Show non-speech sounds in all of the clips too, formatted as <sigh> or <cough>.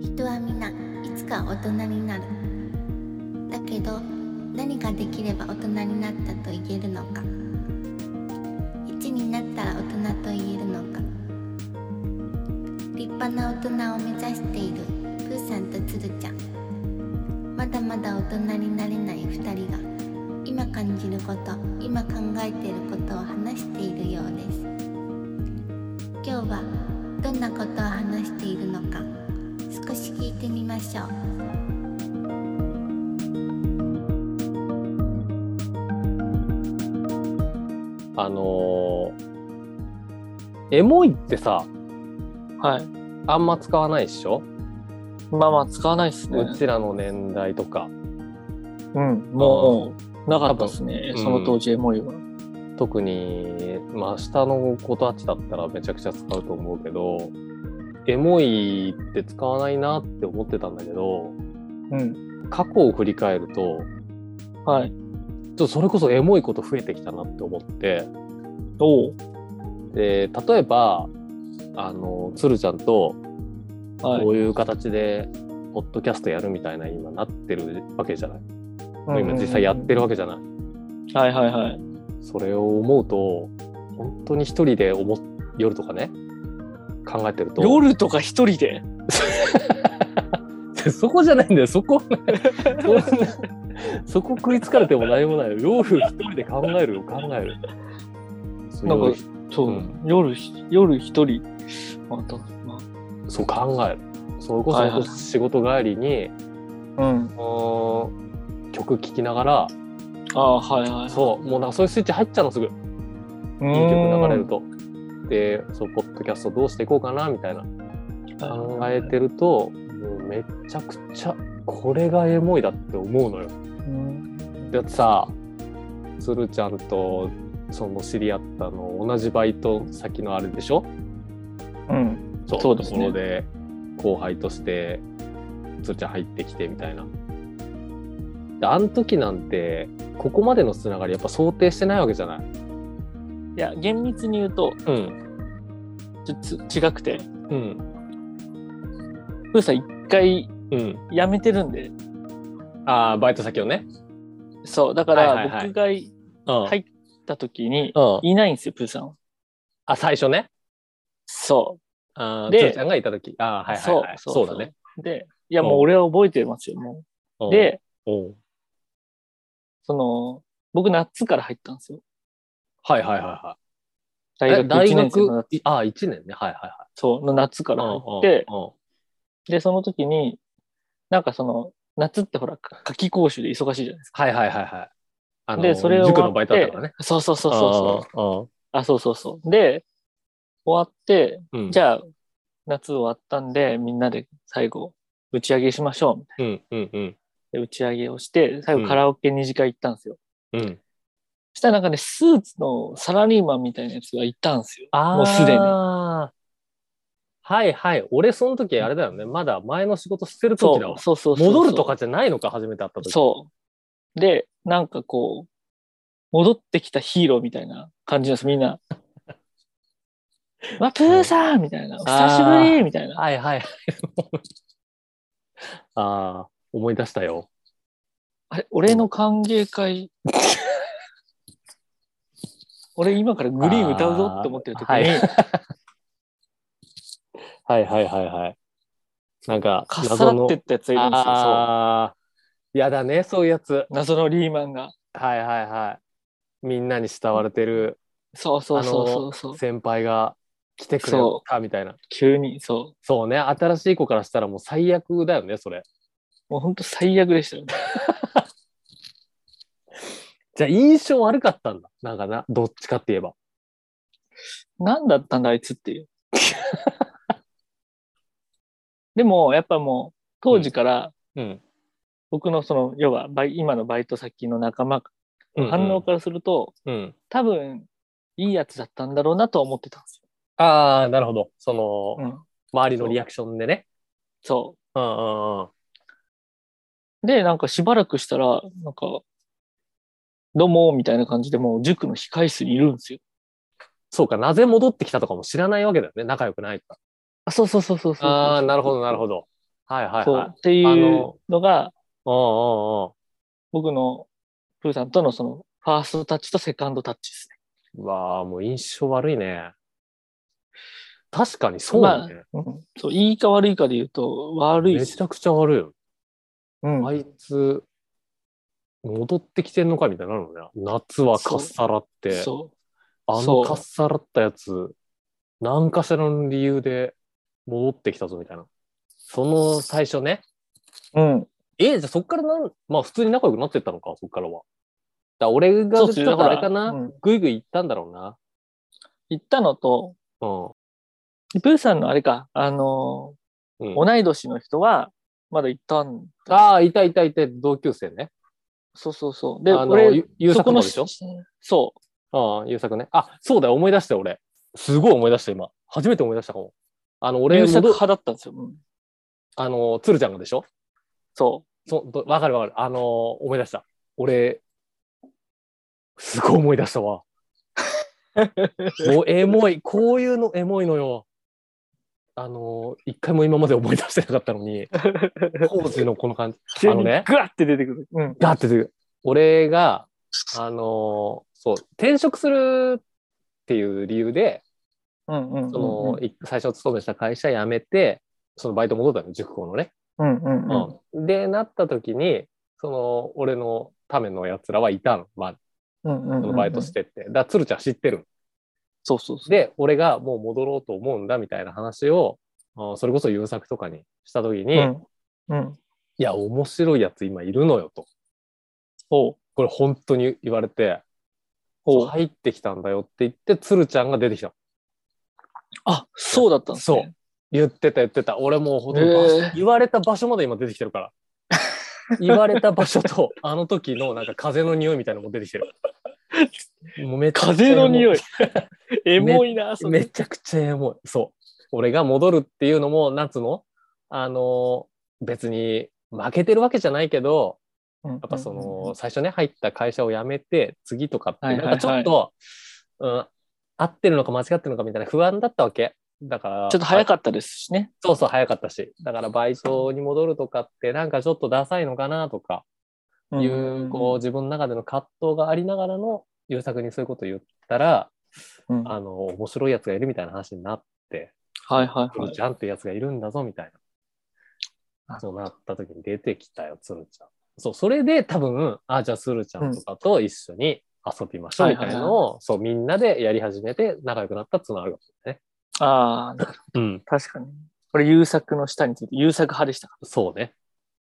人はみんないつか大人になるだけど何ができれば大人になったと言えるのか1になったら大人と言えるのか立派な大人を目指しているプーさんとつるちゃんまだまだ大人になれない2人が今感じること今考えていることを話しているようです今日はどんなことを話しているのか少し聞いてみましょうあのーエモいってさはい。あんま使わないっしょ、まあまあ、使わないっすね。うちらの年代とかうん。もう、なかったっすね。うんその当時、エモいは。特に、まあ、下の子たちだったらめちゃくちゃ使うと思うけどエモいって使わないなって思ってたんだけどうん。過去を振り返るとはい。ちょっとそれこそエモいこと増えてきたなって思っておう。で例えばあの鶴ちゃんとはいこ。ういう形でポッドキャストやるみたいな今なってるわけじゃない、うんうんう今ん実際やってるわけじゃないはいはいはい。それを思うと本当に一人で思っ夜とかね考えてると夜とか一人で。そこじゃないんだよそこそんな <laughs> そこ食いつかれても何もないよ夜一人で考えるよ考えるそうなんか夜そう。うん夜ひ、夜一人。また、まそう考えるそれこはいはいそ仕事帰りに、あ。うん。うーん曲聴きながらああ、はいはい。そうもうなんかそういうスイッチ入っちゃうのすぐいいう曲流ん。れるとでそうポッドキャストどうしていこうかなみたいな考えてるともうめちゃくちゃこれがエモいだって思うのよ。うん。だってさつるちゃんとその知り合ったの同じバイト先のあれでしょうん。そうそうですねところで後輩としてつるちゃん入ってきてみたいな。であの時なんてここまでのつながりやっぱ想定してないわけじゃない。いや、厳密に言うと、うんちょっと違くて、うんふうさん一回うん、辞めてるんで、ああバイト先をね。そう、だかはらいはいはい僕が行うんはいった時に、うん、いないんですよ、プーさんは。あ最初ね。そあでで、つるちゃんがいた時。ああ、はいはい、はい。そうそうそうだね。う。で、いや、うんもう俺は覚えてますよ、もうんう。、で、うんその、僕、夏から入ったんですよ。はいはいはいは大い。え学1年生の夏。いああ、1年ね。はいはそう、の夏かいらはい。入って、うんうんで、その時に、なんかその、夏ってほら、か夏期講習で忙しいじゃないですか。はいはいはいはい。あので、それを。塾のバイトだったからね。。そうそうそうそう。そあ、そうそうそう。で、終わって、う。うん。じゃゃあ、夏終わったんで、みんなで最後、打ち上げしましょう、みたいうんうんうん。な。で、打ち上げをして、最うん後カラオケ二次会行ったんですよ。うん。そしたらなんかね、スーツのサラリーマンみたいなやつがいたんですよ。あもうすでにはいはい。俺、その時あれだよね。まだ前の仕事してるそ時だわう。そうそうそうそう。戻るとかじゃないのか、初めて会った時。そう。で、なんかこう、戻ってきたヒーローみたいな感じなんです、みんな。わ、プーさんみたいな。お久しぶりみたいな。はいはい。 <laughs> ああ、思い出したよ。あれ、俺の歓迎会。 <laughs> 俺今からグリーン歌うぞって思ってる時あに、ーはいはいはいはい。なんか、かっさらってったやつがいるんですよ。そうああ、やだね、そういうやつ。謎のリーマンが。はいはいはい。みんなに慕われてるそうそうそうそうそう。先輩が来てくれたみたいな。急に、そう。そうね、新しい子からしたらもう最悪だよね、それ。もう本当最悪でしたよね。じゃあ印象悪かったんだ。なんかな、どっちかって言えば。何だったんだあいつっていう。 <laughs> でもやっぱもう当時からうん。僕のその、要はバイ今のバイト先の仲間反応からすると、うん。多分いいやつだったんだろうなとは思ってたんですああ、なるほど。その、よ。うん、周りのリアクションでね。そうんうんうん。う。でなんかしばらくしたらなんか「どうも」みたいな感じでもう塾の控室にいるんですよ。そうか、なぜ戻ってきたとかも知らないわけだよね、仲良くないから。あそうそうそうそうそう。ああ、なるほど、なるほど。はいはいそうはい。っていあうののがお僕のプーさんとのそのファーストタッチとセカンドタッチですうんうんうん。うわあ、もう印象悪いね。確かにそうだね。ね。うん、そういいか悪いかで言うと悪いでめす。ちゃくちゃ悪いよ。うんあいつ、戻ってきてんのかみたいになるのね。夏はかっさらって、そあそのうかっさらったやつ、何かしらの理由で戻ってきたぞみたいな。その最初ね。う。うん。えじゃあそっからなん、まあ普通に仲良くなってったのか、そっからは。だから俺がそうちですょね。っとあれかほな、らうんぐいぐい行ったんだろうな。行ったのと、うプーさんのあれか、あのん。うん、同い年の人は、まだ行ったんだ。ああ、いたいたいた、同級生ね。そうそうそう。で、で、あの、俺、ゆ優そ作ことのかでしょそう。ああ、優作ね。あ、そうだよ、思い出したよ俺。すごい思い出した、今。初めて思い出したかも。あの、俺、優作戻派だったんですよ。うん、あの、鶴ちゃんがでしょそそうどわかるわかる。あのー、思い出した。俺、すごい思い出した <laughs> わ。もうエモい。こういうのエモいのよ。あのー、一回も今まで思い出してなかったのに、う。当時のこの感じ。 <laughs> 急にあのグねワって出てくる。うん。だってて、俺が、あのー、そう、転職するっていう理由で、うんうんうんうん。その、い最初勤めてた会社辞めて、そのバイト戻ったの、塾校のね。うんうんうん。うん、で、なった時に、その、俺のためのやつらはいたの。まあ、うんうんそうんうのんバイトしてって。だから、鶴ちゃん知ってる。そうそうそう。で、俺がもう戻ろうと思うんだみたいな話を、あそれこそ優作とかにした時に、うん。うん。いや、面白いやつ今いるのよと。おう。これ本当に言われて、おう。入ってきたんだよって言って、鶴ちゃんが出てきたの。あ、そうだったんですね。言ってた言ってた。俺もうほとんど場所、へえ言われた場所まで今出てきてる <laughs> から。言われた場所と、あの時のなんか風の匂いみたいなのも出てきてる。もうめっちゃ風の匂い。 <laughs> エモいモいな、そめれ。ちゃくちゃエモい。そう。俺が戻るっていうのも、夏の、あのー別に負けてるわけじゃないけど、やっやっぱその、、最初ね、入った会社を辞めて、次とかって、はいなはんいはいかちょっと、うん、合ってるのか間違ってるのかみたいな不安だったわけ。だから、ちょっと早っかったですしね。た。そうそう、早かったし。だから、バイトに戻るとかって、なんかちょっとダサいのかなとか、いう、こう、自分の中での葛藤がありながらの、優作にそういうこと言ったら、うん。はあの、面白いやつがいるみたいな話になって、いはい鶴はい。ちゃんってやつがいるんだぞみたいな。あそうなった時に出てきたよ、鶴ちゃん。そう、それで多分、あ、じゃあ鶴ちゃんとかと一緒に遊びましょううんみたいなのを、そう、みんなでやり始めて仲良くなったっつうのはあるかああ、も。うん。確かに。これ優作の下について、優作派でしたかそうね。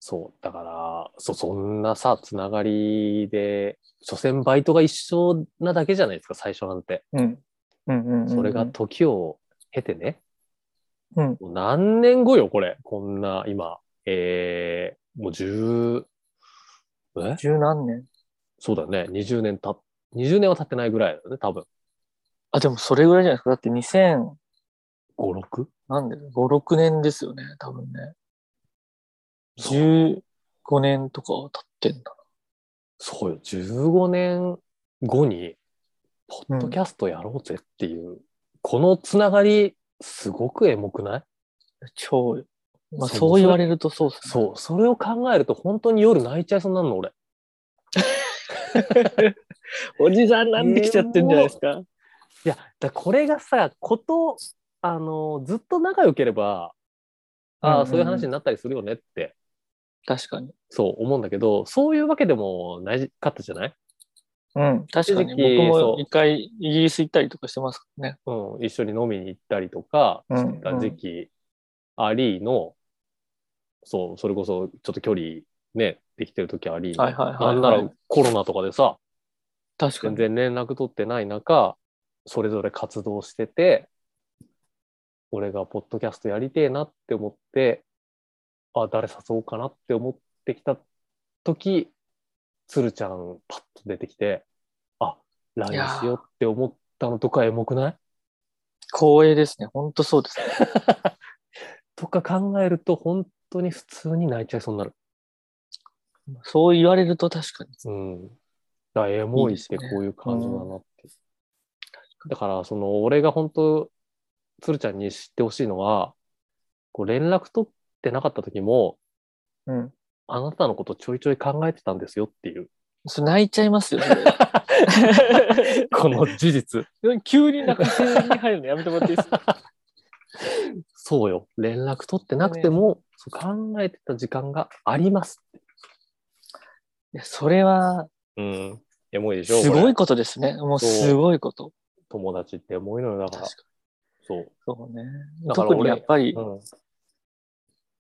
そう。だから、そう、そんなさ、つながりで、所詮バイトが一緒なだけじゃないですか、最初なんて。ら。うん。うんうんうんうん。それが時を経てね。うんもう何年後よ、これ。こんな、今。えー、もう十、え十何年。そうだね。20年た、20年は経ってないぐらいだよね、多分。あ、でもそれぐらいじゃないですか。だって2000、 5、6? なんで、5、6年ですよね。多分ね。15年とかは経ってんだ。そうよ。15年後に、ポッドキャストやろうぜっていう、このつながり、すごくエモくない超、まあそうそう言われるとそうですね。そう、それを考えると本当に夜泣いちゃいそうになるの、俺。おじさんなんできちゃってんじゃないですか。いや、だこれがさ、こと、あの、ずっと仲良ければ、あうんうあ、んそういう話になったりするよねって、確かに。そう思うんだけど、そういうわけでもないかったじゃないうん。確かに。正直僕そもう一回イギリス行ったりとかしてますからね。うん、一緒に飲みに行ったりとかうんしてた時期ありの、そう、それこそちょっと距離ね、できてる時ありの、はいはいはい、なはい。んならコロナとかでさ、確か全に。然連絡取ってない中、それぞれ活動してて、俺がポッドキャストやりてえなって思って、あ、誰誘おうかなって思ってきた時、つるちゃんパッと出てきて、あ、い LINE やーしようって思ったのとかエモくない光栄ですね。本当そうですね。とか考えると本当に普通に泣いちゃいそうになる。そう言われると確かに。うん。だからエモいっていいですねこういう感じだなって。だから、その、俺が本当、鶴ちゃんに知ってほしいのは、こう連絡取っってなかった時も、うん。あなたのことちょいちょい考えてたんですよって <laughs> いう、それ泣いちゃいますよ、 <laughs> それこの事実。急になんか自然に入るのやめてもらっていいです <laughs> かそうよ。連絡取ってなくても、そう考えてた時間があります。いやそれは、うん。エモいでしょすごいこれことですね。もうそうすごいこと。友達ってエモいのよ、だか確らか。そう。に。そうね。だから特に俺やっぱり、うん、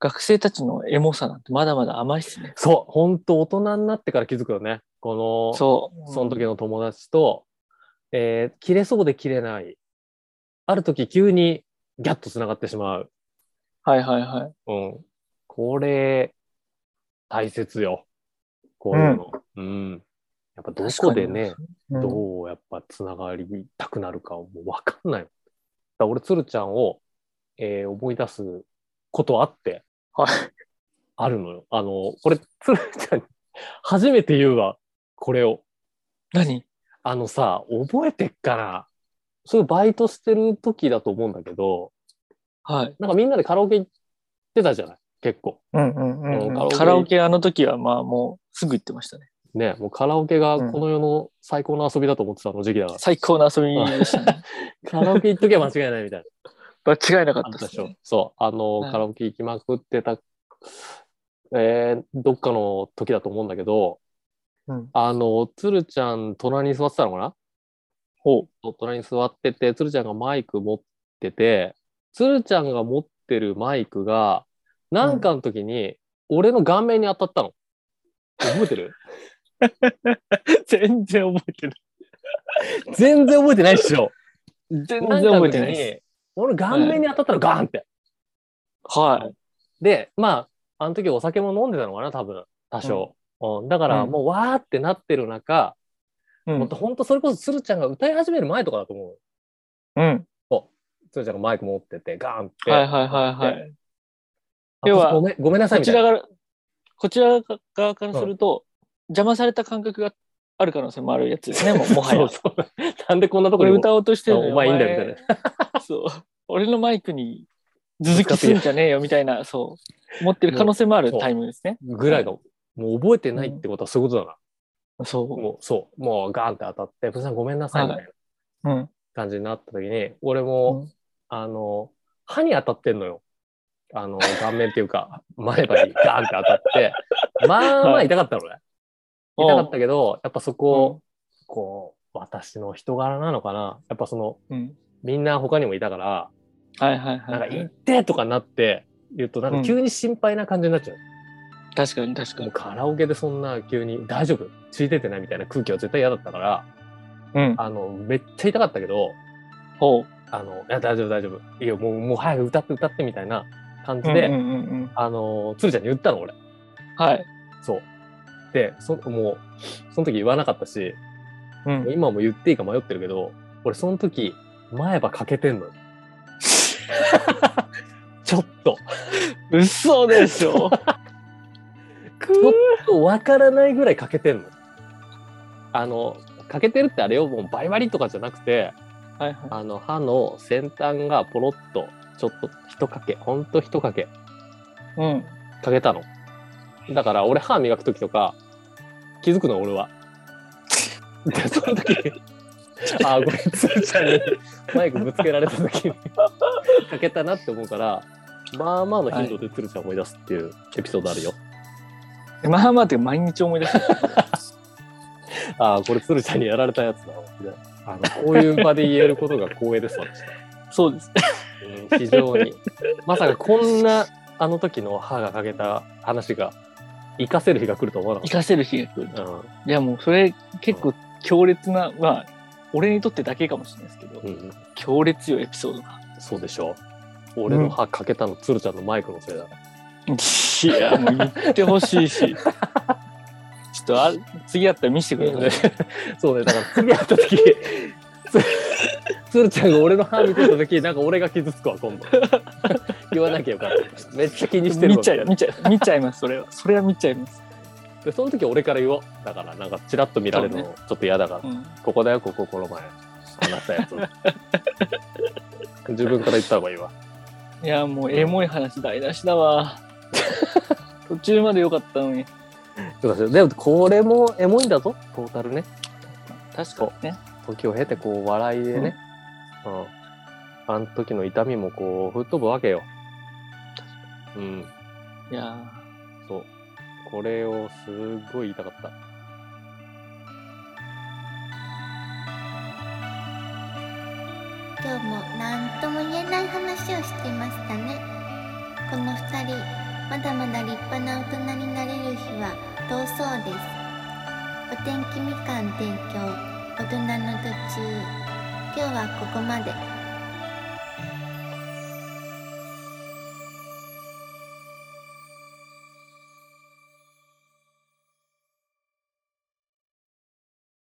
学生たちのエモさなんてまだまだ甘いっすね。そう。本当大人になってから気づくよね。この、そう。その時の友達と、えー切れそうで切れない。ある時急にギャッとつながってしまう。はいはいはい。うん。これ、大切よ。こういうの。うん。やっぱどこでね、うん、どうやっぱつながりたくなるかもうわかんない。だから俺、鶴ちゃんを、えー思い出すことあって、はいあるのよ。あの、これ、鶴ちゃんに初めて言うわ。これを。何あのさ、覚えてっかな。そういうバイトしてる時だと思うんだけど、はい。なんかみんなでカラオケ行ってたじゃない結構。うんうんんうんカラオケあの時はまあもうすぐ行ってましたね。ね、もうカラオケがこの世の最高の遊びだと思ってたあの時期だから、最高の遊びでしたね。カラオケ行っときゃ間違いないみたいな。間違いなか <laughs> あっったたでですしょね。。そう、あの、はいカラオケ行きまくってた、えーどっかの時だと思うんだけど、うんあの、鶴ちゃん、隣に座ってたのかなほう。そう隣に座ってて、鶴ちゃんがマイク持ってて、鶴ちゃんが持ってるマイクが、なんかの時に、俺の顔面に当たったの。覚え <laughs> てる全然覚えてない。全然覚えてないっしょ。全然なんかの覚え時てないに、俺の顔面に当たったの、ガーンって。はで、まあ、あの時お酒も飲んでたのかな、多分、多少。うんだから、うんもう、わーってなってる中、い。うほんと、ほんと、それこそ、鶴ちゃんが歌い始める前とかだと思う。うん。鶴ちゃんがマイク持ってて、ガーンって。はいはいはいはい。あ要はごめん、ごめんなさい、こみたちいらな。が、こちら側からすると、邪魔された感覚がある可能性もあるやつですね、もうもはや。そうそう。なんでこんなとここれに歌おうとしてるのにお前いいんだよみたいな。そう。俺のマイクに続きするんじゃねえよみたいな、そう。思ってる可能性もあるそうタイムですね。ぐらいが、もう覚えてないってことはそういうことだな。そもう、そう。もう、ガーンって当たって、鶴ちゃんごめんなさい、みたいなう。うん。感じになった時に、俺も、うんあの、歯に当たってんのよ。あの、顔面っていうか、 <laughs> 前歯にガーンって当たって、まあまあ痛かったのね。痛かったけど、やっぱそこ、こう、私の人柄なのかな。やっぱその、うん。みんな他にもいたから、はいはいなんはか、い。行ってとかなって、言うと、なんか急に心配な感じになっちゃう。確かに確かもうに。カラオケでそんな急に、大丈夫ついててないみたいな空気は絶対嫌だったから、うん。あの、めっちゃ痛かったけど、ほう。あの、いや、大丈夫大丈夫。いいよ、もう、もう早く歌って歌ってみたいな感じうんで、うんうんうん。あの、鶴ちゃんに言ったの、俺。はい。そう。で、そもう、その時言わなかったし、う。もうん今も言っていいか迷ってるけど、俺その時、前歯欠けてん <laughs> のよ。ちょっと、嘘でしょ。ちょっとわからないぐらい欠けてんの。あの、欠けてるってあれよ、もうバリバリとかじゃなくて、はいはあの、歯の先端がポロッと、ちょっと、一かけ、ほんと一かけ、い。うん。かけたの。だから俺歯磨く時とか気づくの俺は。 <laughs> でその時あーごめんつーちゃんにマイクぶつけられた時にかけたなって思うからまあまあの頻度でつるちゃん思い出すっていうエピソードあるよ。まあまあって毎日思い出す。ああこれつるちゃんにやられたやつだわみたいなあのこういう場で言えることが光栄です私。そうです。うん非常に。まさかこんなあの時の歯がかけた話が活かせる日が来ると思わなか活っかせる日が来る。た。うんいやもうそれ結構強烈な、まあ、俺にとってだけかもしれないですけど、うん強烈よエピソードが。そうでしょう。俺の歯かけたの、鶴ちゃんのマイクのせいだ。いや、もう言ってほしい <laughs> し。ちょっとあ次あったら見せてください。 <laughs> そうね、だから次会った時、つ鶴ちゃんが俺の歯見てた時、なんか俺が傷つくわ、 <laughs> 今度。言わなきゃよかった。めっちゃ気にしてるわ見ちゃいみたい見ちゃい見ちゃいます、それは。それは見ちゃいます。なで、その時俺から言おう。だから、なんかチラッと見られるの、ちそょっと嫌だから、うん、ここだよ、ここ、 <laughs> この前。話したやつ。自分から言った方がいいわ。いや、もうエモい話台無しだ <laughs> わ。途中まで良かったのに。そうですよでもこれもエモいんだぞトータルね確かにね。時を経てこう笑いでね、うんあの時の痛みもこう吹っ飛ぶわけようんいやそうこれをすっごい言いたかった今日も何とも言えない話をしていましたねこの2人まだまだ立派な大人になれる日は遠そうですお天気みかん提供大人の途中今日はここまで